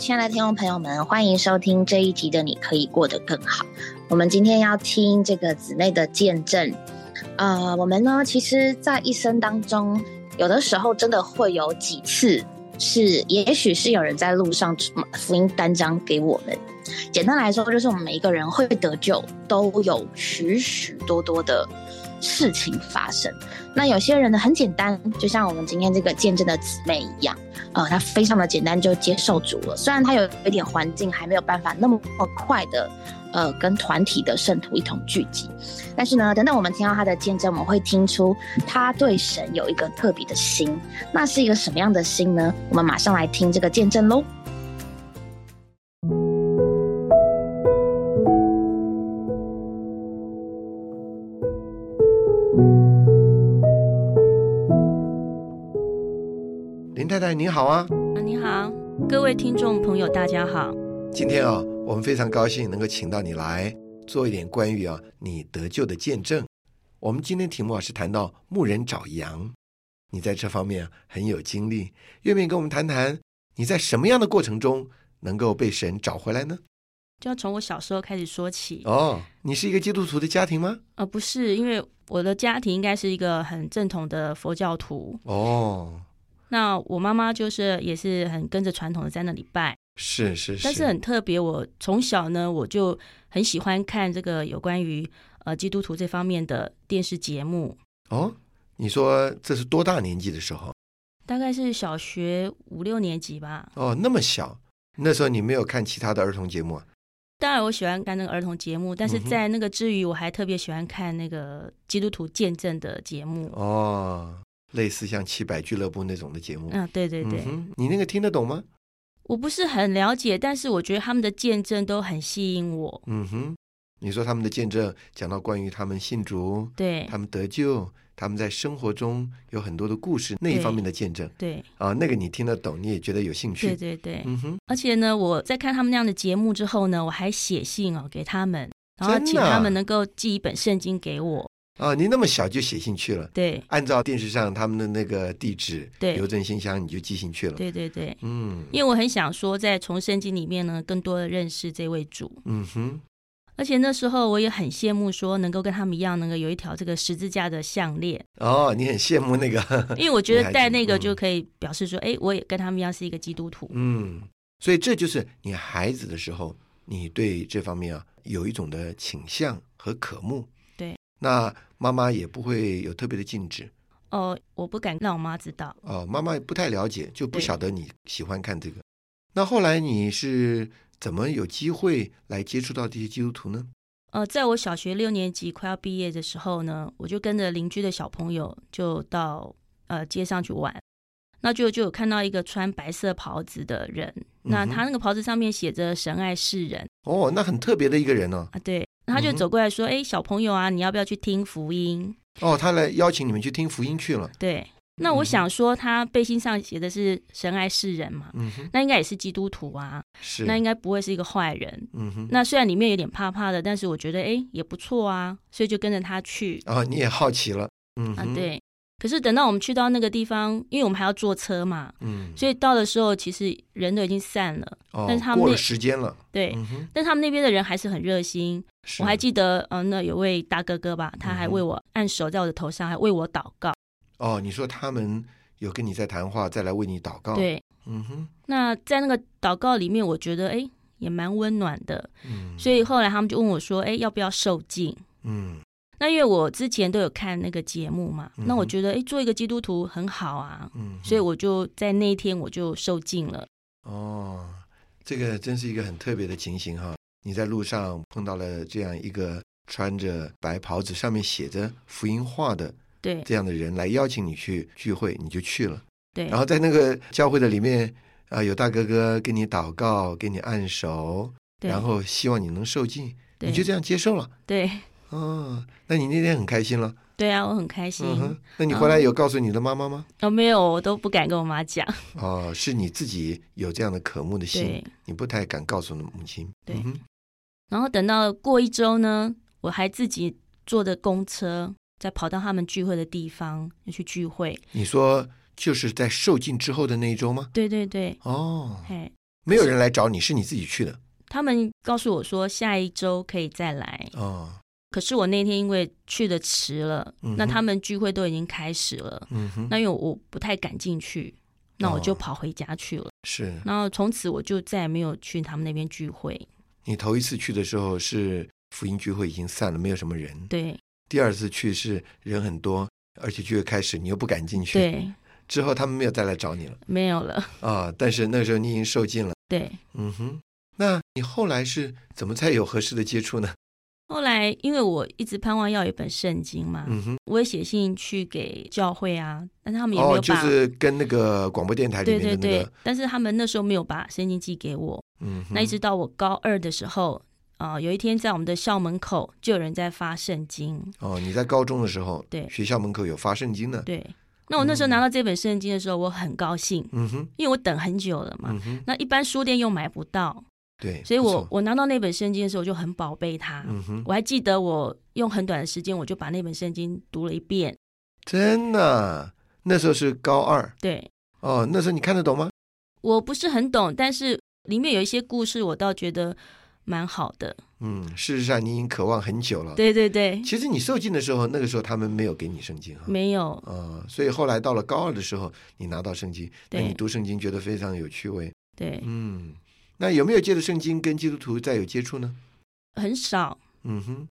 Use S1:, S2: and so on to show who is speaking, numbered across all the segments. S1: 亲爱的听众朋友们，欢迎收听这一集的《你可以过得更好》。我们今天要听这个子内的见证。呃，我们呢，其实，在一生当中，有的时候真的会有几次是，也许是有人在路上福音单张给我们。简单来说，就是我们每一个人会得救，都有许许多多的事情发生。那有些人呢，很简单，就像我们今天这个见证的姊妹一样，呃，她非常的简单就接受主了。虽然她有一点环境还没有办法那么快的，呃，跟团体的圣徒一同聚集，但是呢，等等我们听到她的见证，我们会听出她对神有一个特别的心。那是一个什么样的心呢？我们马上来听这个见证喽。
S2: 林太太你好啊，
S3: 啊，你好，各位听众朋友，大家好。
S2: 今天啊，我们非常高兴能够请到你来做一点关于啊你得救的见证。我们今天题目啊是谈到牧人找羊，你在这方面啊很有经历，愿不愿意跟我们谈谈你在什么样的过程中能够被神找回来呢？
S3: 就要从我小时候开始说起，
S2: 哦，你是一个基督徒的家庭吗？
S3: 呃，不是，因为我的家庭应该是一个很正统的佛教徒。
S2: 哦，
S3: 那我妈妈就是也是很跟着传统的在那里拜，
S2: 是是是，
S3: 但是很特别。我从小呢，我就很喜欢看这个有关于呃基督徒这方面的电视节目，
S2: 哦，你说这是多大年纪的时候？
S3: 大概是小学五六年级吧。
S2: 哦，那么小，那时候你没有看其他的儿童节目啊？
S3: 当然，我喜欢看那个儿童节目，但是
S2: 嗯哼
S3: 在那个之余，我还特别喜欢看那个基督徒见证的节目。
S2: 哦，类似像七百俱乐部那种的节目。
S3: 嗯，对对对，
S2: 嗯哼，你那个听得懂吗？
S3: 我不是很了解，但是我觉得他们的见证都很吸引我。
S2: 嗯哼，你说他们的见证讲到关于他们信主、
S3: 对
S2: 他们得救、他们在生活中有很多的故事那一方面的见证
S3: 对
S2: 啊，那个你听得懂，你也觉得有兴趣。
S3: 对对对，
S2: 嗯哼，
S3: 而且呢，我在看他们那样的节目之后呢，我还写信哦给他们，然后
S2: 真的
S3: 请他们能够寄一本圣经给我。
S2: 啊，你那么小就写信去了，
S3: 对
S2: 按照电视上他们的那个地址，
S3: 对
S2: 邮政信箱你就寄信去了。
S3: 对对对，
S2: 嗯
S3: 因为我很想说，在从圣经里面呢，更多的认识这位主。
S2: 嗯哼，
S3: 而且那时候我也很羡慕，说能够跟他们一样，能够有一条这个十字架的项链，
S2: 哦，你很羡慕那个，
S3: 因为我觉
S2: 你还
S3: 得戴那
S2: 记
S3: 个
S2: 嗯
S3: 就可以表示说，哎，我也跟他们一样是一个基督徒。
S2: 嗯，所以这就是你孩子的时候，你对这方面啊有一种的倾向和渴慕。
S3: 对，
S2: 那妈妈也不会有特别的禁止
S3: 哦，我不敢让我妈知道。
S2: 哦，妈妈也不太了解，就不
S3: 对
S2: 晓得你喜欢看这个。那后来你是怎么有机会来接触到这些基督徒呢？
S3: 呃，在我小学六年级快要毕业的时候呢，我就跟着邻居的小朋友就到呃街上去玩，那就就有看到一个穿白色袍子的人，那
S2: 嗯哼
S3: 他那个袍子上面写着“神爱世人
S2: 哦，那很特别的一个人呢、”
S3: 啊，对，那他
S2: 嗯
S3: 就
S2: 哼
S3: 走过来说：“哎、小朋友啊，你要不要去听福音
S2: 哦。哦，他来邀请你们去听福音去了。？”
S3: 对，那
S2: 嗯
S3: 我想说，他背心上写的是“神爱世人”嘛，
S2: 嗯哼，
S3: 那应该也是基督徒啊，
S2: 是。
S3: 那应该不会是一个坏人。
S2: 嗯哼，
S3: 那虽然里面有点怕怕的，但是我觉得哎、也不错啊，所以就跟着他去。
S2: 哦，你也好奇了。嗯
S3: 啊
S2: 哼，，，
S3: 对。可是等到我们去到那个地方，因为我们还要坐车嘛，
S2: 嗯，
S3: 所以到的时候其实人都已经散了。
S2: 哦
S3: 但是他们
S2: 过
S3: 那
S2: 了时间了。
S3: 对，
S2: 嗯哼，
S3: 但他们那边的人还是很热心。
S2: 是
S3: 我还记得，嗯、那有位大哥哥吧，他
S2: 嗯
S3: 还
S2: 哼
S3: 为我按手在我的头上，还为我祷告。
S2: 哦，你说他们有跟你在谈话，再来为你祷告。，
S3: 对，
S2: 嗯哼，
S3: 那在那个祷告里面，我觉得哎、也蛮温暖的。
S2: 嗯，
S3: 所以后来他们就问我说，哎、要不要受浸？
S2: 嗯，
S3: 那因为我之前都有看那个节目嘛，那我
S2: 嗯哼
S3: 觉得哎、做一个基督徒很好啊，
S2: 嗯哼，
S3: 所以我就在那一天我就受浸了。
S2: 哦，这个真是一个很特别的情形哈！你在路上碰到了这样一个穿着白袍子、上面写着福音画的
S3: 对
S2: 这样哦的人来邀请你去聚会，你就去了。
S3: 对
S2: 然后在那个教会的里面啊、有大哥哥给你祷告，给你按手，
S3: 对，
S2: 然后希望你能受尽，
S3: 对
S2: 你就这样接受了。
S3: 对。
S2: 哦，那你那天很开心了。
S3: 对啊，我很开心。啊
S2: 嗯哼，那你回来有告诉你的妈妈吗？
S3: 哦，没有，我都不敢跟我妈讲。
S2: 哦，是你自己有这样的渴慕的心
S3: 对，，
S2: 你不太敢告诉你的母亲。
S3: 对
S2: 嗯哼
S3: 然后等到过一周呢，我还自己坐的公车，再跑到他们聚会的地方要去聚会。
S2: 你说就是在受尽之后的那一周吗？
S3: 对对对，
S2: 哦，
S3: 嘿，
S2: 没有人来找你，是你自己去的
S3: 他们告诉我说下一周可以再来，
S2: 哦。
S3: 可是我那天因为去的迟了，
S2: 嗯哼
S3: 那他们聚会都已经开始了，
S2: 嗯哼，
S3: 那因为我不太敢进去，那我就
S2: 哦
S3: 跑回家去了。
S2: 是
S3: 然后从此我就再也没有去他们那边聚会。
S2: 你头一次去的时候是福音聚会已经散了，没有什么人。
S3: 对
S2: 第二次去是人很多，而且聚会开始你又不敢进去。，
S3: 对，
S2: 之后他们没有再来找你了
S3: 没有了。
S2: 啊。但是那时候你已经受尽了。
S3: 对，
S2: 嗯哼，那你后来是怎么才有合适的接触呢？
S3: 后来因为我一直盼望要有一本圣经嘛，
S2: 嗯哼，
S3: 我也写信去给教会啊，但他们也没
S2: 哦，
S3: 有
S2: 就
S3: 把。
S2: 是跟那个广播电台里
S3: 对
S2: 面的那
S3: 对
S2: 个，
S3: 对，但是他们那时候没有把圣经寄给我，
S2: 嗯哼，
S3: 那一直到我高二的时候，啊、有一天在我们的校门口就有人在发圣经。
S2: 哦，你在高中的时候，
S3: 对
S2: 学校门口有发圣经呢。
S3: 对，那我那时候拿到这本圣经的时候，我很高兴，
S2: 嗯哼，
S3: 因为我等很久了嘛。
S2: 嗯哼，
S3: 那一般书店又买不到，
S2: 对，
S3: 啊所以
S2: 不
S3: 我
S2: 错
S3: 我拿到那本圣经的时候，我就很宝贝它。
S2: 嗯哼，
S3: 我还记得我用很短的时间，我就把那本圣经读了一遍。
S2: 真的啊，那时候是高二
S3: 对，
S2: 哦，那时候你看得懂吗？
S3: 我不是很懂，但是里面有一些故事，我倒觉得蛮好的。
S2: 嗯，事实上你已经渴望很久了。，
S3: 对对对，
S2: 其实你受尽的时候，那个时候他们没有给你圣经哈。
S3: 没有，
S2: 啊、所以后来到了高二的时候，你拿到圣经，那
S3: 对
S2: 你读圣经觉得非常有趣味。
S3: 对，
S2: 嗯，那有没有借着圣经跟基督徒再有接触呢？
S3: 很少。
S2: 嗯哼，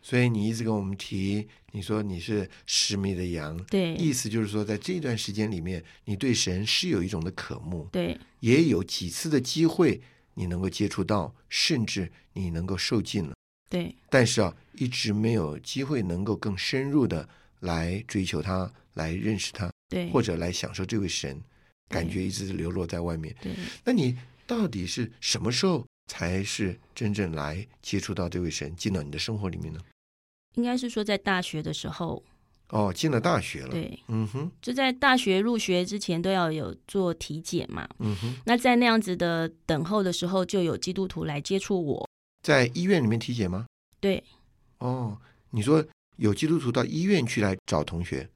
S2: 所以你一直跟我们提，你说你是失迷的羊，
S3: 对
S2: 意思就是说，在这段时间里面，你对神是有一种的渴慕，
S3: 对
S2: 也有几次的机会你能够接触到，甚至你能够受尽了，
S3: 对
S2: 但是啊，一直没有机会能够更深入的来追求他，来认识他，
S3: 对，
S2: 或者来享受这位神，
S3: 对
S2: 感觉一直流落在外面。
S3: 对。
S2: 那你到底是什么时候才是真正来接触到这位神，进到你的生活里面呢？
S3: 应该是说在大学的时候，
S2: 哦，进了大学了，，
S3: 对，
S2: 嗯哼，
S3: 就在大学入学之前都要有做体检嘛。
S2: 嗯哼，
S3: 那在那样子的等候的时候，就有基督徒来接触我。
S2: 在医院里面体检吗？
S3: 对，
S2: 哦，你说有基督徒到医院去来找同学，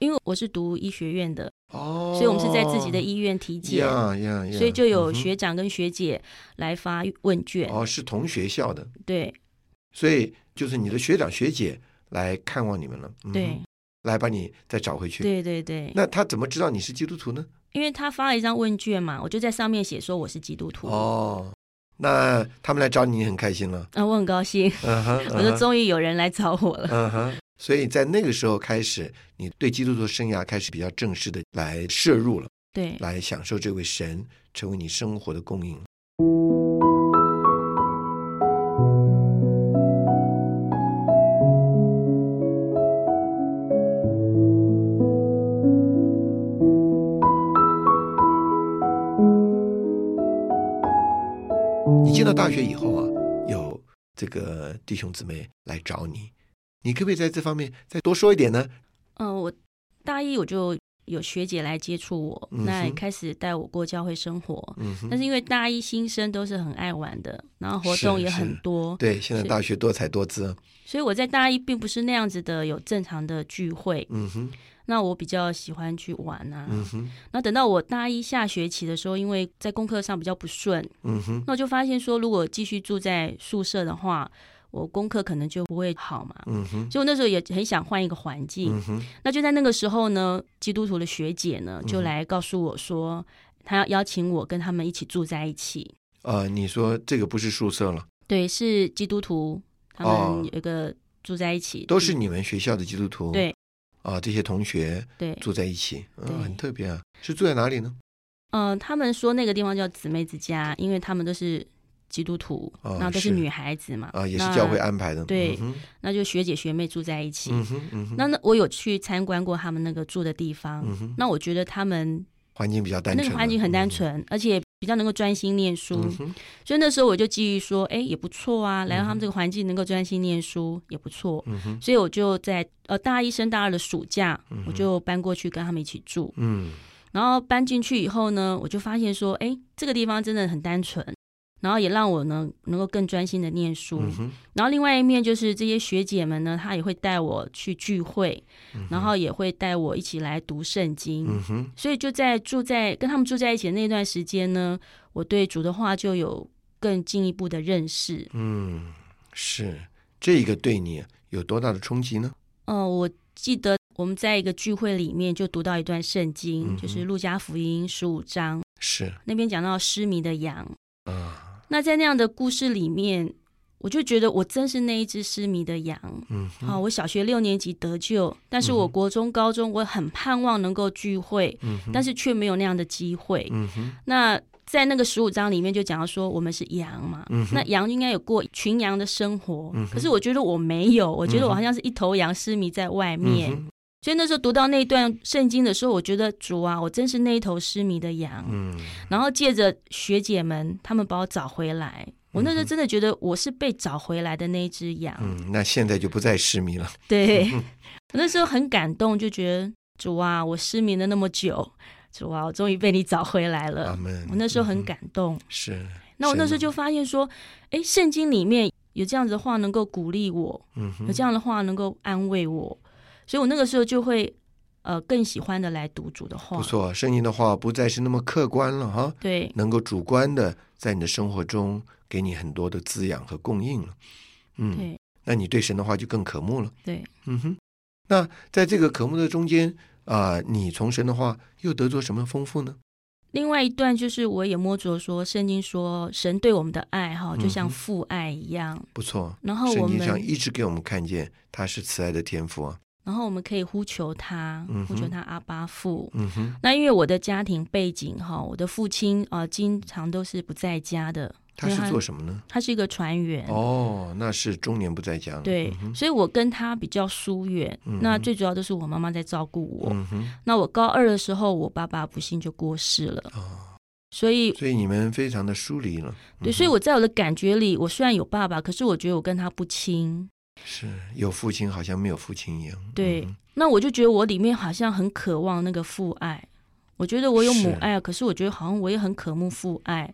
S3: 因为我是读医学院的，
S2: 哦，
S3: 所以我们是在自己的医院体检，
S2: 呀呀呀，
S3: 所以就有
S2: 嗯哼
S3: 学长跟学姐来发问卷。
S2: 哦，是同学校的，
S3: 对
S2: 所以就是你的学长学姐来看望你们了，嗯哼
S3: 对、
S2: 来把你再找回去。
S3: 对对对，
S2: 那他怎么知道你是基督徒呢？
S3: 因为他发了一张问卷嘛，我就在上面写说我是基督徒。
S2: 哦，那他们来找你，你很开心了。
S3: 啊，我很高兴，
S2: 嗯哼，
S3: 我说
S2: 嗯哼
S3: 终于有人来找我了。
S2: 嗯哼，所以在那个时候开始，你对基督徒生涯开始比较正式的来摄入了，
S3: 对，
S2: 来享受这位神成为你生活的供应。你进到大学以后啊，有这个弟兄姊妹来找你，你可不可以在这方面再多说一点呢？
S3: 嗯、我大一我就有学姐来接触我，
S2: 嗯哼
S3: 那也开始带我过教会生活。
S2: 嗯哼
S3: 但是因为大一新生都是很爱玩的，然后活
S2: 是
S3: 动也
S2: 是
S3: 很多，
S2: 对，现在大学多彩多姿，
S3: 所以我在大一并不是那样子的有正常的聚会。
S2: 嗯哼，
S3: 那我比较喜欢去玩啊。
S2: 嗯哼，
S3: 那等到我大一下学期的时候，因为在功课上比较不顺，
S2: 嗯哼，
S3: 那我就发现说，如果继续住在宿舍的话，我功课可能就不会好嘛。
S2: 嗯哼，
S3: 所以我那时候也很想换一个环境。
S2: 嗯哼，
S3: 那就在那个时候呢，基督徒的学姐呢
S2: 嗯
S3: 就来告诉我说，她要邀请我跟他们一起住在一起。
S2: 呃，你说这个不是宿舍了，
S3: 对，是基督徒，他
S2: 哦
S3: 们有一个住在一起，
S2: 都是你们学校的基督徒，
S3: 对
S2: 啊、这些同学
S3: 对，
S2: 住在一起，嗯、
S3: 对
S2: 很特别啊。是住在哪里呢？
S3: 嗯、他们说那个地方叫姊妹之家，因为他们都是基督徒，
S2: 哦
S3: 然后都是
S2: 是
S3: 女孩子嘛，
S2: 啊、也是
S3: 那
S2: 教会，安排的，
S3: 对
S2: 嗯哼，
S3: 那就学姐学妹住在一起。
S2: 嗯哼，嗯哼，
S3: 那那我有去参观过他们那个住的地方，
S2: 嗯哼
S3: 那我觉得他们
S2: 环境比较单纯
S3: 那
S2: 了，
S3: 个环境很
S2: 嗯
S3: 单
S2: 哼，
S3: 纯，而且比较能够专心念书，
S2: 嗯哼，
S3: 所以那时候我就基于说，哎，也不错啊，来到他们这个环境能够专心念书也不错，
S2: 嗯哼，
S3: 所以我就在呃大一升大二的暑假，
S2: 嗯哼
S3: 我就搬过去跟他们一起住。
S2: 嗯
S3: 然后搬进去以后呢，我就发现说，哎，这个地方真的很单纯，然后也让我呢能够更专心的念书。
S2: 嗯哼，
S3: 然后另外一面就是这些学姐们呢，她也会带我去聚会，然后也会带我一起来读圣经。
S2: 嗯哼，
S3: 所以就在住在跟他们住在一起的那段时间呢，我对主的话就有更进一步的认识。
S2: 嗯，是这个对你有多大的冲击呢？
S3: 呃，我记得我们在一个聚会里面就读到一段圣经，
S2: 嗯哼
S3: 就是路加福音十五章，
S2: 是
S3: 那边讲到失迷的羊。
S2: 啊，
S3: 那在那样的故事里面，我就觉得我真是那一只失迷的羊。
S2: 嗯
S3: 好、我小学六年级得救，但是我国中、高中我很盼望能够聚会，
S2: 嗯哼，
S3: 但是却没有那样的机会。
S2: 嗯哼，
S3: 那在那个十五章里面就讲到说，我们是羊嘛，
S2: 嗯哼
S3: 那羊应该有过群羊的生活，
S2: 嗯哼
S3: 可是我觉得我没有，我觉得
S2: 嗯
S3: 我
S2: 哼
S3: 好像是一头羊失迷在外
S2: 嗯
S3: 面。
S2: 哼，
S3: 所以那时候读到那段圣经的时候，我觉得主啊，我真是那一头失迷的羊。
S2: 嗯
S3: 然后借着学姐们，她们把我找回
S2: 嗯
S3: 来。我那时候真的觉得我是被找回来的那一只羊，
S2: 嗯，那现在就不再失迷了。
S3: 对，我那时候很感动，就觉得主啊，我失明了那么久，主啊，我终于被你找回来了。
S2: 阿门
S3: 呃我那时候很
S2: 嗯哼
S3: 感动。
S2: 是，
S3: 那我那时
S2: 神
S3: 候就发现说，哎，圣经里面有这样子的话能够鼓励我，
S2: 嗯
S3: 有
S2: 哼，
S3: 这样的话能够安慰我，所以我那个时候就会呃更喜欢的来读主的话
S2: 不。错，圣经的话不再是那么客观了哈，
S3: 对，
S2: 能够主观的在你的生活中给你很多的滋养和供应了。嗯，
S3: 对，
S2: 那你对神的话就更渴慕了。
S3: 对，
S2: 嗯哼，那在这个渴慕的中间啊、你从神的话又得着什么丰富呢？
S3: 另外一段就是我也摸着说，圣经说神对我们的爱哈，就
S2: 嗯
S3: 像
S2: 哼
S3: 父爱一样，
S2: 不错，
S3: 然后我
S2: 圣经上
S3: 们，
S2: 一直给我们看见他是慈爱的天父啊。
S3: 然后我们可以呼求他，
S2: 嗯哼
S3: 呼求他阿巴父。
S2: 嗯哼，
S3: 那因为我的家庭背景哈，我的父亲啊、呃经常都是不在家的，
S2: 他
S3: 因为
S2: 是做什么呢？
S3: 他是一个船员
S2: 哦，那是中年不在家了。
S3: 嗯对
S2: 嗯，哼
S3: 所以我跟他比较疏远。
S2: 嗯哼
S3: 那最主要都是我妈妈在照顾我。
S2: 嗯哼，
S3: 那我高二的时候，我爸爸不幸就过世了，
S2: 哦，
S3: 所以
S2: 所以你们非常的疏离了。
S3: 对，
S2: 嗯
S3: 所以
S2: 哼
S3: 我在我的感觉里，我虽然有爸爸，可是我觉得我跟他不亲。
S2: 是有父亲，好像没有父亲一样。
S3: 对
S2: 嗯
S3: 那我就觉得我里面好像很渴望那个父爱，我觉得我有母
S2: 是
S3: 爱，可是我觉得好像我也很渴慕父爱。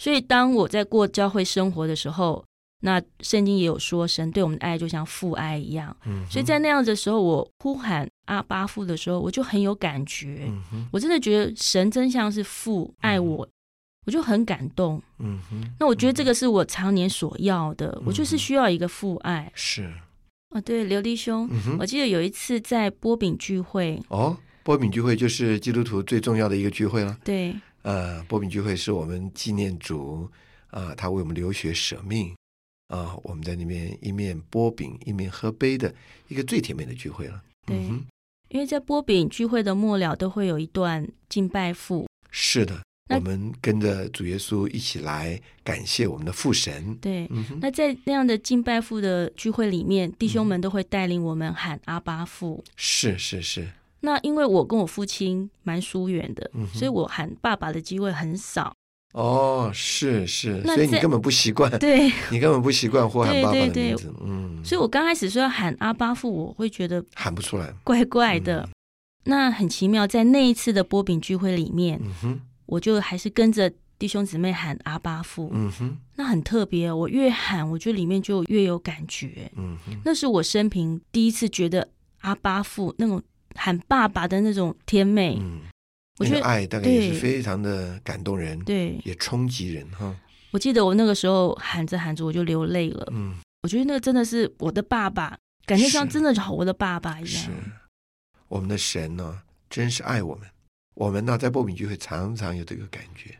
S3: 所以当我在过教会生活的时候，那圣经也有说，神对我们的爱就像父爱一样。
S2: 嗯哼，
S3: 所以在那样的时候，我呼喊阿巴父的时候，我就很有感觉。
S2: 嗯哼，
S3: 我真的觉得神真像是父爱我，我就很感动。
S2: 嗯哼，
S3: 那我觉得这个是我常年所要
S2: 嗯
S3: 的，我就是需要一个父爱。
S2: 是，
S3: 哦，对，刘弟兄，
S2: 嗯
S3: 我
S2: 哼，
S3: 记得有一次在波饼聚会，
S2: 哦，波饼聚会就是基督徒最重要的一个聚会了。
S3: 对
S2: 呃，波饼聚会是我们纪念主啊、他为我们流血舍命啊、我们在那边一面波饼一面喝杯的一个最甜美的聚会了。
S3: 对
S2: 嗯哼、
S3: 因为在波饼聚会的末了都会有一段敬拜父，
S2: 是的，
S3: 那
S2: 我们跟着主耶稣一起来感谢我们的父神。
S3: 对。
S2: 嗯哼，
S3: 那在那样的敬拜父的聚会里面，弟
S2: 嗯
S3: 兄们都会带领我们喊阿巴父。
S2: 是是是，
S3: 那因为我跟我父亲蛮疏远的，
S2: 嗯哼
S3: 所以我喊爸爸的机会很 少。
S2: 哦，是是，
S3: 那
S2: 所以你
S3: 在
S2: 根本不习惯，
S3: 对，
S2: 你根本不习惯呼喊
S3: 对
S2: 爸爸
S3: 对
S2: 的
S3: 对
S2: 名字，嗯，
S3: 所以我刚开始说要喊阿巴父，我会觉得
S2: 喊不出来。
S3: 怪怪的。
S2: 嗯
S3: 那很奇妙，在那一次的波饼聚会里面，
S2: 嗯哼，
S3: 我就还是跟着弟兄姊妹喊阿巴父。
S2: 嗯哼，
S3: 那很特别，哦我越喊，我就里面就越有感觉。
S2: 嗯哼，
S3: 那是我生平第一次觉得阿巴父那种喊爸爸的那种甜美。
S2: 嗯，
S3: 我
S2: 那
S3: 觉
S2: 个
S3: 得
S2: 爱大概也
S3: 对
S2: 是非常的感动人，
S3: 对，
S2: 也冲击人哈。
S3: 我记得我那个时候喊着喊着我就流泪了。
S2: 嗯，
S3: 我觉得那真的是我的爸爸，感觉像
S2: 是
S3: 真的好我的爸爸一
S2: 是
S3: 样。
S2: 我们的神呢、真是爱我们。我们呢，在波饼聚会常常有这个感觉，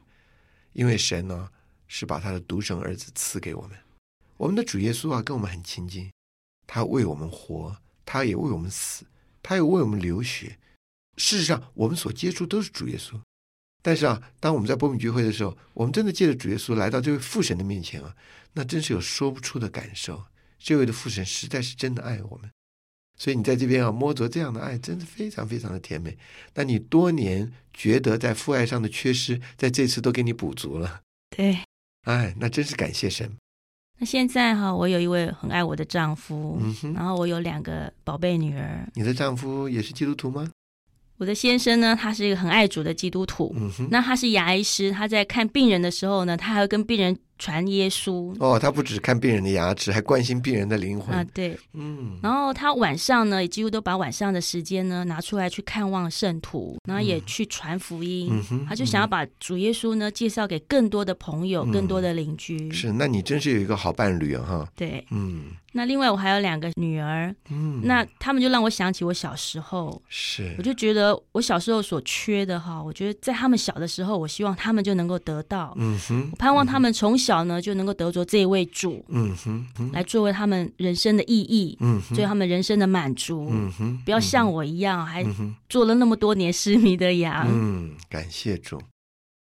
S2: 因为神呢是把他的独生儿子赐给我们。我们的主耶稣啊，跟我们很亲近，他为我们活，他也为我们死，他也为我们流血。事实上，我们所接触都是主耶稣。但是啊，当我们在波饼聚会的时候，我们真的借着主耶稣来到这位父神的面前啊，那真是有说不出的感受。这位的父神实在是真的爱我们。所以你在这边啊，摸着这样的爱，真是非常非常的甜美。那你多年觉得在父爱上的缺失，在这次都给你补足了，
S3: 对。
S2: 哎，那真是感谢神。
S3: 那现在哈，我有一位很爱我的丈夫，
S2: 嗯哼，
S3: 然后我有两个宝贝女儿。
S2: 你的丈夫也是基督徒吗？
S3: 我的先生呢，他是一个很爱主的基督徒。
S2: 嗯哼，
S3: 那他是牙医师，他在看病人的时候呢，他还会跟病人传耶稣
S2: 哦，他不只看病人的牙齿，还关心病人的灵魂。
S3: 啊，对。
S2: 嗯，
S3: 然后他晚上呢，也几乎都把晚上的时间呢拿出来去看望圣徒，然后也去传福音。
S2: 嗯哼嗯
S3: 他就想要把主耶稣呢介绍给更多的朋友、更多的邻居。
S2: 是，那你真是有一个好伴侣啊哈。
S3: 对。
S2: 嗯
S3: 那另外我还有两个女儿，
S2: 嗯，
S3: 那他们就让我想起我小时候，
S2: 是
S3: 我就觉得我小时候所缺的哈，我觉得在他们小的时候，我希望他们就能够得到，
S2: 嗯哼
S3: 我盼望他们从小呢就能够得着这一位主，
S2: 嗯哼嗯
S3: 来作为他们人生的意义，
S2: 嗯
S3: 作为他们人生的满足。
S2: 嗯哼，
S3: 不要像我一样，还
S2: 嗯哼
S3: 做了那么多年失迷的羊，
S2: 嗯，感谢主。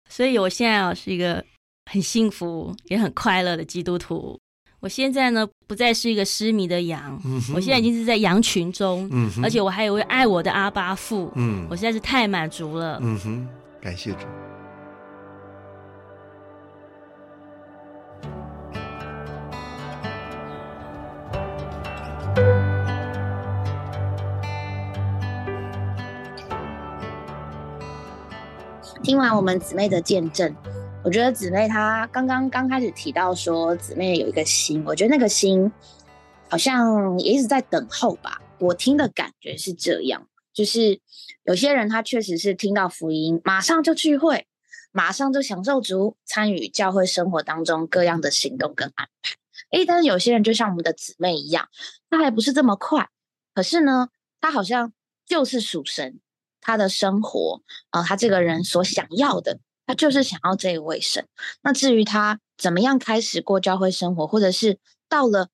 S3: 所以我现在啊是一个很幸福也很快乐的基督徒。我现在呢不再是一个失迷的羊，
S2: 嗯哼，
S3: 我现在已经是在羊群中，
S2: 嗯哼，
S3: 而且我还有位爱我的阿巴父，
S2: 嗯
S3: 我实在是太满足了。
S2: 嗯哼，感谢主。
S1: 听完我们姊妹的见证，我觉得姊妹她刚刚刚开始提到说姊妹有一个心，我觉得那个心好像也一直在等候吧。我听的感觉是这样，就是有些人他确实是听到福音，马上就聚会，马上就享受主参与教会生活当中各样的行动跟安排。诶，但是有些人就像我们的姊妹一样，他还不是这么快，可是呢，他好像就是属神，他的生活呃，他这个人所想要的，他就是想要这一位神。那至于他怎么样开始过教会生活，或者是到了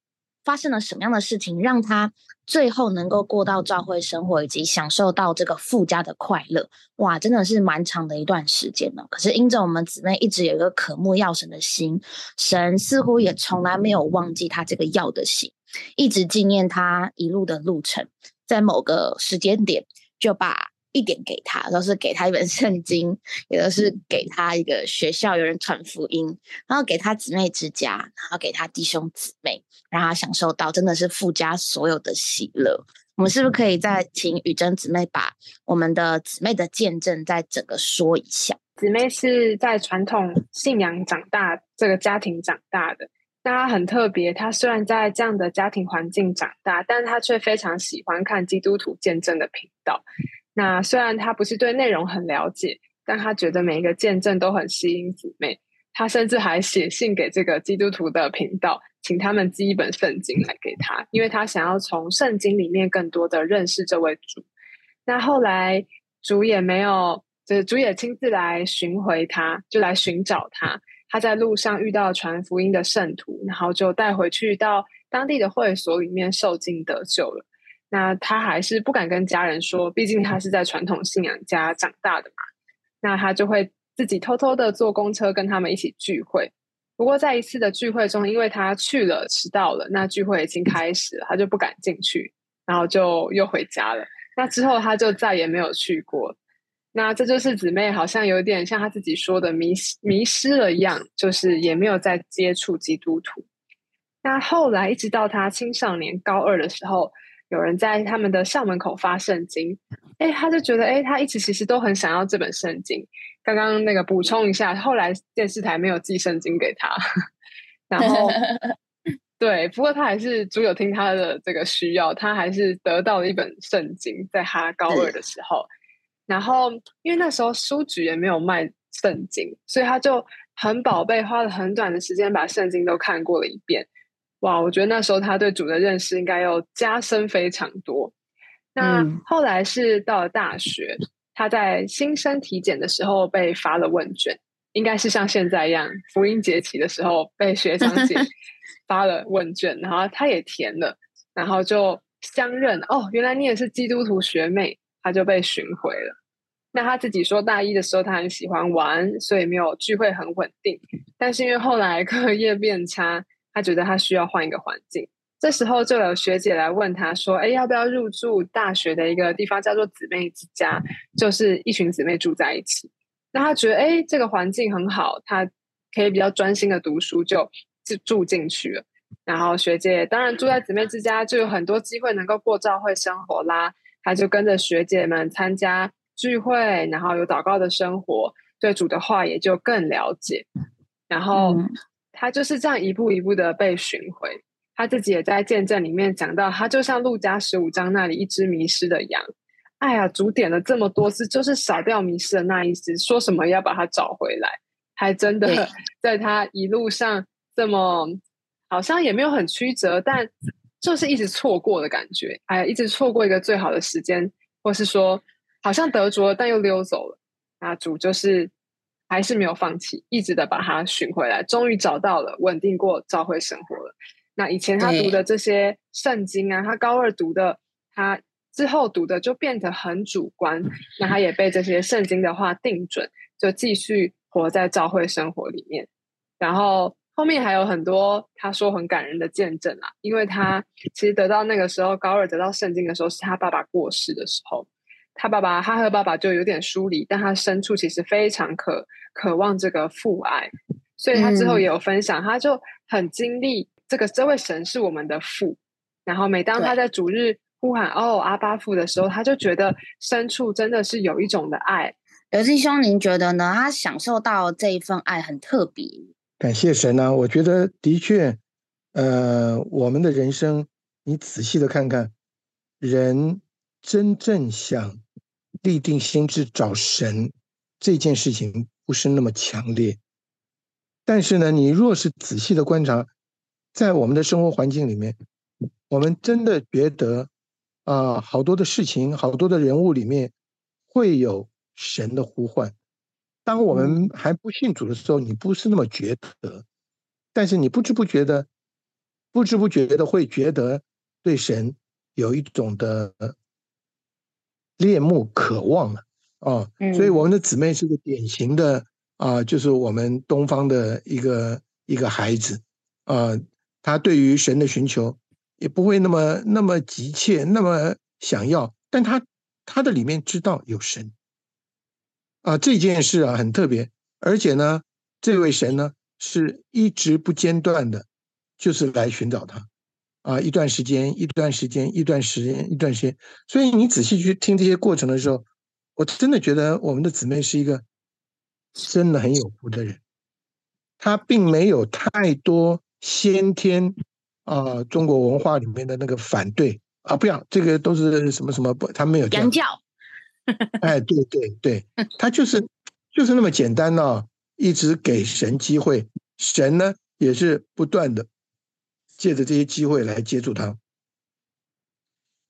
S1: 发生了什么样的事情，让他最后能够过到教会生活，以及享受到这个附加的快乐，哇，真的是蛮长的一段时间呢。可是因着我们姊妹一直有一个渴慕要神的心，神似乎也从来没有忘记他这个要的心，一直纪念他一路的路程，在某个时间点就把。一点给他，都是给他一本圣经，也都是给他一个学校有人传福音，然后给他姊妹之家，然后给他弟兄姊妹，让他享受到真的是附加所有的喜乐。我们是不是可以再请雨珍姊妹把我们的姊妹的见证再整个说一下？
S4: 姊妹是在传统信仰长大这个家庭长大的。那她很特别，她虽然在这样的家庭环境长大，但她却非常喜欢看基督徒见证的频道。那虽然她不是对内容很了解，但她觉得每一个见证都很吸引姊妹。她甚至还写信给这个基督徒的频道，请他们寄一本圣经来给她，因为她想要从圣经里面更多的认识这位主。那后来主也没有，就是主也亲自来寻回他，就来寻找他。他在路上遇到传福音的圣徒，然后就带回去到当地的会所里面受尽得救了。那他还是不敢跟家人说，毕竟他是在传统信仰家长大的嘛。那他就会自己偷偷的坐公车跟他们一起聚会。不过在一次的聚会中，因为他去了迟到了，那聚会已经开始了，他就不敢进去，然后就又回家了。那之后他就再也没有去过。那这就是姊妹好像有点像她自己说的迷失迷失了一样，就是也没有再接触基督徒。那后来一直到她青少年高二的时候，有人在他们的校门口发圣经，哎，她就觉得哎，她一直其实都很想要这本圣经。刚刚那个补充一下，后来电视台没有寄圣经给她， 然后对，不过他还是主有听他的这个需要，他还是得到了一本圣经，在他高二的时候。然后，因为那时候书局也没有卖圣经，所以他就很宝贝，花了很短的时间把圣经都看过了一遍。哇，我觉得那时候他对主的认识应该要加深非常多。那
S1: 嗯
S4: 后来是到了大学，他在新生体检的时候被发了问卷，应该是像现在一样，福音节期的时候被学长姐发了问卷，然后他也填了，然后就相认哦，原来你也是基督徒学妹，他就被寻回了。那他自己说，大一的时候他很喜欢玩，所以没有聚会很稳定。但是因为后来课业变差，他觉得他需要换一个环境。这时候就有学姐来问他说：“哎，要不要入住大学的一个地方，叫做姊妹之家，就是一群姊妹住在一起。”那他觉得哎，这个环境很好，他可以比较专心的读书，就住住进去了。然后学姐当然住在姊妹之家，就有很多机会能够过教会生活啦。他就跟着学姐们参加聚会，然后有祷告的生活，对主的话也就更了解。然后
S1: 嗯
S4: 他就是这样一步一步的被寻回。他自己也在见证里面讲到，他就像路加十五章那里一只迷失的羊，哎呀，主点了这么多次，就是少掉迷失的那一只，说什么要把它找回来，还真的
S1: 对
S4: 在他一路上这么好像也没有很曲折，但就是一直错过的感觉，哎，一直错过一个最好的时间，或是说好像得着了，但又溜走了。那主就是还是没有放弃，一直的把它寻回来，终于找到了，稳定过，找回生活了。那以前他读
S1: 对
S4: 的这些圣经啊，他高二读的，他之后读的就变得很主观，那他也被这些圣经的话定准，就继续活在教会生活里面。然后后面还有很多他说很感人的见证啊，因为他其实得到那个时候高二得到圣经的时候，是他爸爸过世的时候，他爸爸他和爸爸就有点疏离，但他深处其实非常渴渴望这个父爱，所以他之后也有分享，他就很经历这个这位神是我们的父，然后每当他
S1: 对
S4: 在主日呼喊哦阿巴父的时候，他就觉得深处真的是有一种的爱，
S1: 刘志兄，您觉得呢？他享受到这一份爱很特别，
S5: 感谢神啊！我觉得的确，呃，我们的人生，你仔细的看看，人真正想立定心志找神这件事情不是那么强烈，但是呢，你若是仔细的观察，在我们的生活环境里面，我们真的觉得啊、好多的事情，好多的人物里面会有神的呼唤。当我们还不信主的时候，你不是那么觉得，但是你不知不觉的，不知不觉的会觉得对神有一种的恋慕、渴望了啊。所以
S1: 嗯
S5: 我们的姊妹是个典型的啊、就是我们东方的一个一个孩子啊、他对于神的寻求也不会那么那么急切，那么想要，但他他的里面知道有神啊，这件事啊很特别，而且呢，这位神呢是一直不间断的，就是来寻找他啊，一段时间，一段时间，一段时间，一段时间，所以你仔细去听这些过程的时候，我真的觉得我们的姊妹是一个真的很有福的人，她并没有太多先天啊、中国文化里面的那个反对啊，不要这个都是什么什么不，她没有这样
S1: 洋教
S5: 哎，对对对，他就是就是那么简单呢、一直给神机会，神呢也是不断的借着这些机会来接触他，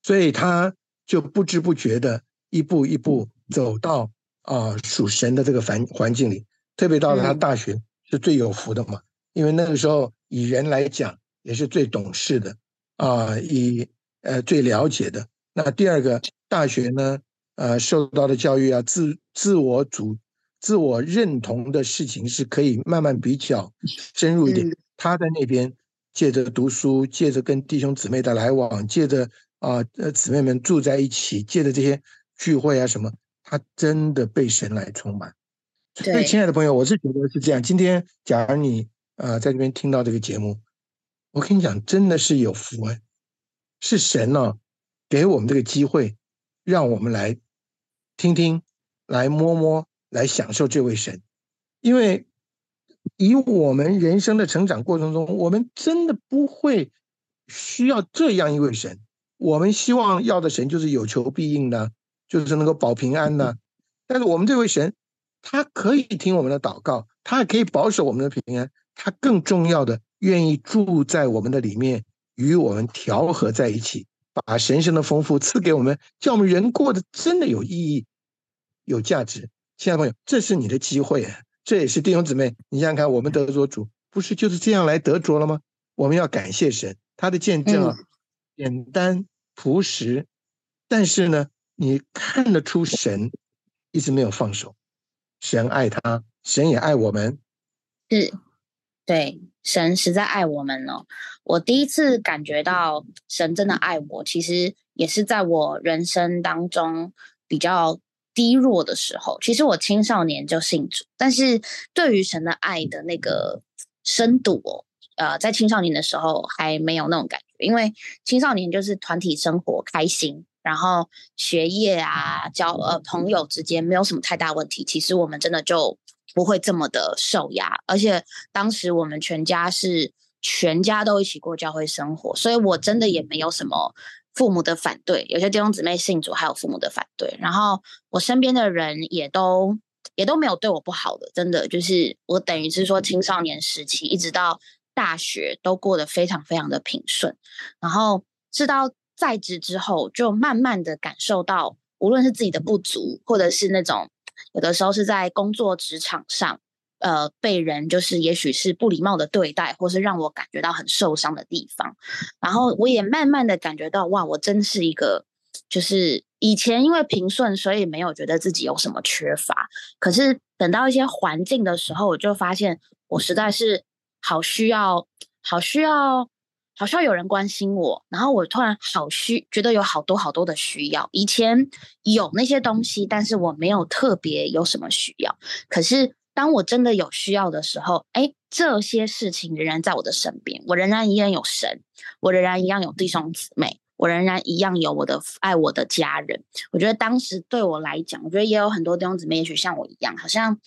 S5: 所以他就不知不觉的一步一步走到啊、属神的这个环环境里，特别到了他
S1: 嗯
S5: 大学是最有福的嘛，因为那个时候以人来讲也是最懂事的啊、以呃最了解的。那第二个大学呢，呃，受到的教育啊，自自我主、自我认同的事情是可以慢慢比较深入一点。
S1: 嗯
S5: 他在那边借着读书，借着跟弟兄姊妹的来往，借着啊呃姊妹们住在一起，借着这些聚会啊什么，他真的被神来充满。所
S1: 对
S5: 以，亲爱的朋友，我是觉得是这样。今天，假如你呃在这边听到这个节目，我跟你讲，真的是有福哎，是神呢、给我们这个机会，让我们来听听，来摸摸，来享受这位神。因为以我们人生的成长过程中，我们真的不会需要这样一位神。我们希望要的神就是有求必应的，就是能够保平安的。但是我们这位神，他可以听我们的祷告，他也可以保守我们的平安，他更重要的愿意住在我们的里面，与我们调和在一起，把神圣的丰富赐给我们，叫我们人过得真的有意义、有价值。亲爱的朋友，这是你的机会啊，这也是弟兄姊妹，你想想看，我们得着主，不是就是这样来得着了吗？我们要感谢神，他的见证啊，简单朴实，但是呢，你看得出神一直没有放手，神爱他，神也爱我们。
S1: 是，对，神实在爱我们哦。我第一次感觉到神真的爱我，其实也是在我人生当中比较低落的时候。其实我青少年就信主，但是对于神的爱的那个深度哦，呃，在青少年的时候还没有那种感觉，因为青少年就是团体生活开心，然后学业啊、交呃朋友之间没有什么太大问题。其实我们真的就不会这么的受压。而且当时我们全家是全家都一起过教会生活，所以我真的也没有什么父母的反对。有些弟兄姊妹信主，还有父母的反对。然后我身边的人也都也都没有对我不好的，真的就是我等于是说青少年时期一直到大学都过得非常非常的平顺。然后是到在职之后，就慢慢的感受到，无论是自己的不足，或者是那种有的时候是在工作职场上，呃，被人就是也许是不礼貌的对待，或是让我感觉到很受伤的地方。然后我也慢慢的感觉到，哇，我真是一个，就是以前因为平顺，所以没有觉得自己有什么缺乏。可是等到一些环境的时候，我就发现我实在是好需要，好需要。好需要有人关心我，然后我突然好需，觉得有好多好多的需要。以前有那些东西，但是我没有特别有什么需要。可是当我真的有需要的时候，哎，这些事情仍然在我的身边，我仍然一样有神，我仍然一样有弟兄姊妹，我仍然一样有我的爱我的家人。我觉得当时对我来讲，我觉得也有很多弟兄姊妹，也许像我一样，好像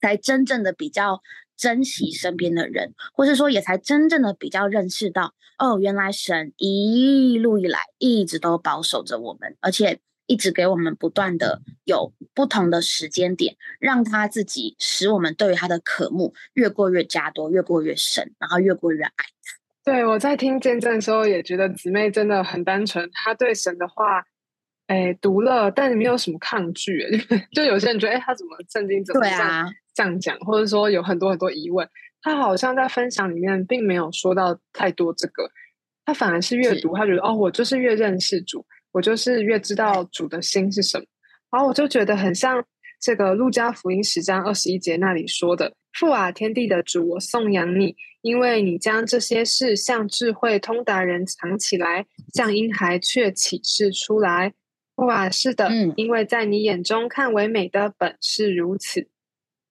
S1: 才真正的比较。珍惜身边的人，或是说也才真正的比较认识到，哦，原来神一路以来一直都保守着我们，而且一直给我们不断的有不同的时间点，让他自己使我们对于他的渴慕越过越加多，越过越深，然后越过越爱
S4: 他。对我在听见证的时候，也觉得姊妹真的很单纯，她对神的话。哎，读了，但没有什么抗拒。 就有些人觉得，哎，他怎么圣经怎么这样、啊、这样讲，或者说有很多很多疑问。他好像在分享里面并没有说到太多这个，他反而是阅读，他觉得哦，我就是越认识主，我就是越知道主的心是什么。然后我就觉得很像这个路加福音十章二十一节那里说的：“父啊，天地的主，我颂扬你，因为你将这些事向智慧通达人藏起来，向婴孩却启示出来。”哇，是的，嗯，因为在你眼中看为美的本是如此，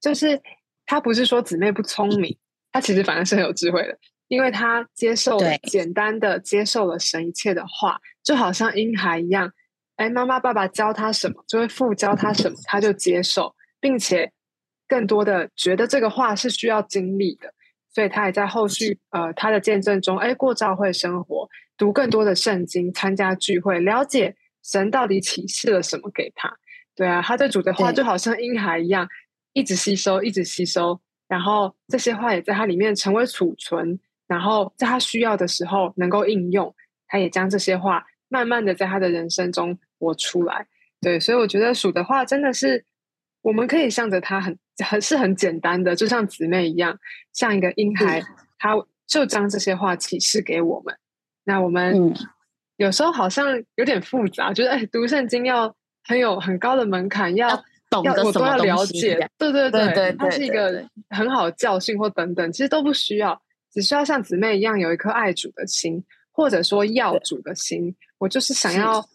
S4: 就是他不是说姊妹不聪明，他其实反而是很有智慧的，因为他接受了简单的接受了神一切的话，就好像婴孩一样，哎，妈妈爸爸教他什么，就会父教他什么，他就接受，并且更多的觉得这个话是需要经历的，所以他也在后续呃他的见证中，哎，过教会生活，读更多的圣经，参加聚会，了解。神到底启示了什么给他？对啊，他对主的话就好像婴孩一样，一直吸收，一直吸收，然后这些话也在他里面成为储存，然后在他需要的时候能够应用。他也将这些话慢慢的在他的人生中活出来。对，所以我觉得主的话真的是我们可以向着他很很是很简单的，就像姊妹一样，像一个婴孩，他就将这些话启示给我们。那我们。嗯有时候好像有点复杂，就是哎，读圣经要很有很高的门槛，要
S1: 懂得
S4: 我都要了解，对对
S1: 对
S4: 对，它是一个很好的教训或等等，其实都不需要，只需要像姊妹一样有一颗爱主的心，或者说要主的心。我就是想要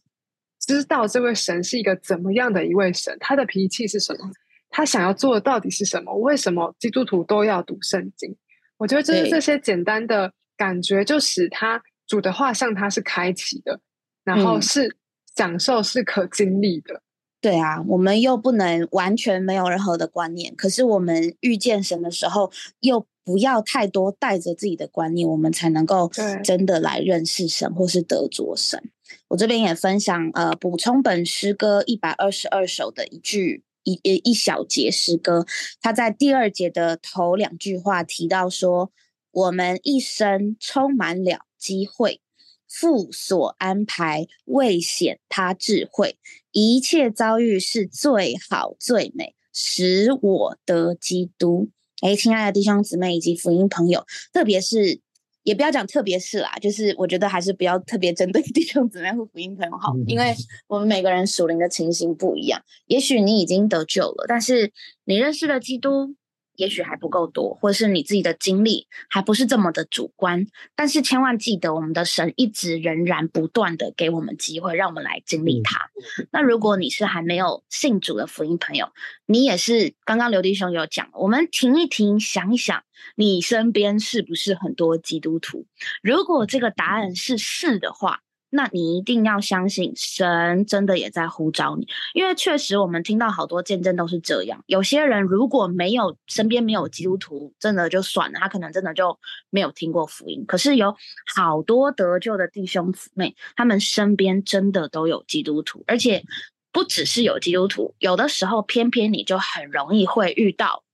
S4: 知道这位神是一个怎么样的一位神，他的脾气是什么，他想要做的到底是什么？为什么基督徒都要读圣经？我觉得就是这些简单的感觉，就使他。主的画像它是开启的，然后是享受，是可经历的、嗯。
S1: 对啊，我们又不能完全没有任何的观念，可是我们遇见神的时候，又不要太多带着自己的观念，我们才能够真的来认识神或是得着神。我这边也分享呃，补充本诗歌一百二十二首的一句一一小节诗歌，它在第二节的头两句话提到说，我们一生充满了。机会，父所安排，为显他智慧，一切遭遇是最好最美，使我得基督。哎，亲爱的弟兄姊妹以及福音朋友，特别是也不要讲特别是啦，就是我觉得还是不要特别针对弟兄姊妹或福音朋友好，因为我们每个人属灵的情形不一样。也许你已经得救了，但是你认识的基督。也许还不够多，或是你自己的经历还不是这么的主观，但是千万记得，我们的神一直仍然不断的给我们机会，让我们来经历它。嗯、那如果你是还没有信主的福音朋友，你也是刚刚刘弟兄有讲，我们停一停，想一想，你身边是不是很多基督徒？如果这个答案是是的话，那你一定要相信神真的也在呼召你，因为确实我们听到好多见证都是这样。有些人如果没有身边没有基督徒，真的就算了，他可能真的就没有听过福音。可是有好多得救的弟兄姊妹，他们身边真的都有基督徒，而且不只是有基督徒，有的时候偏偏你就很容易会遇到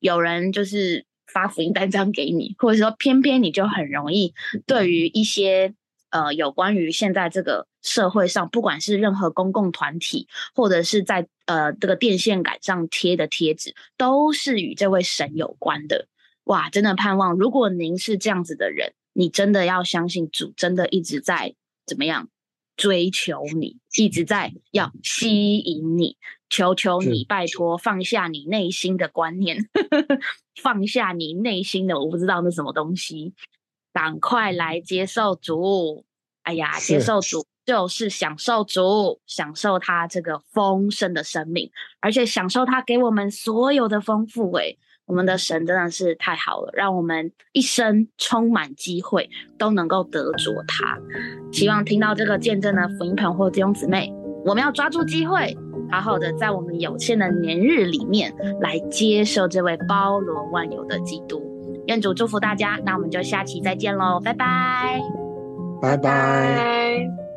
S1: 有人就是发福音单张给你，或者说偏偏你就很容易对于一些。呃，有关于现在这个社会上，不管是任何公共团体，或者是在呃这个电线杆上贴的贴纸，都是与这位神有关的。哇，真的盼望，如果您是这样子的人，你真的要相信主，真的一直在怎么样追求你，一直在要吸引你，求求你，拜托放下你内心的观念， 放下你内心的我不知道那什么东西。赶快来接受主！哎呀，接受主就是享受主，享受他这个丰盛的生命，而且享受他给我们所有的丰富、欸。诶，我们的神真的是太好了，让我们一生充满机会，都能够得着他。希望听到这个见证的福音朋友或弟兄姊妹，我们要抓住机会，好好的在我们有限的年日里面来接受这位包罗万有的基督。愿主祝福大家，那我们就下期再见喽，拜拜，
S5: 拜拜。
S4: 拜。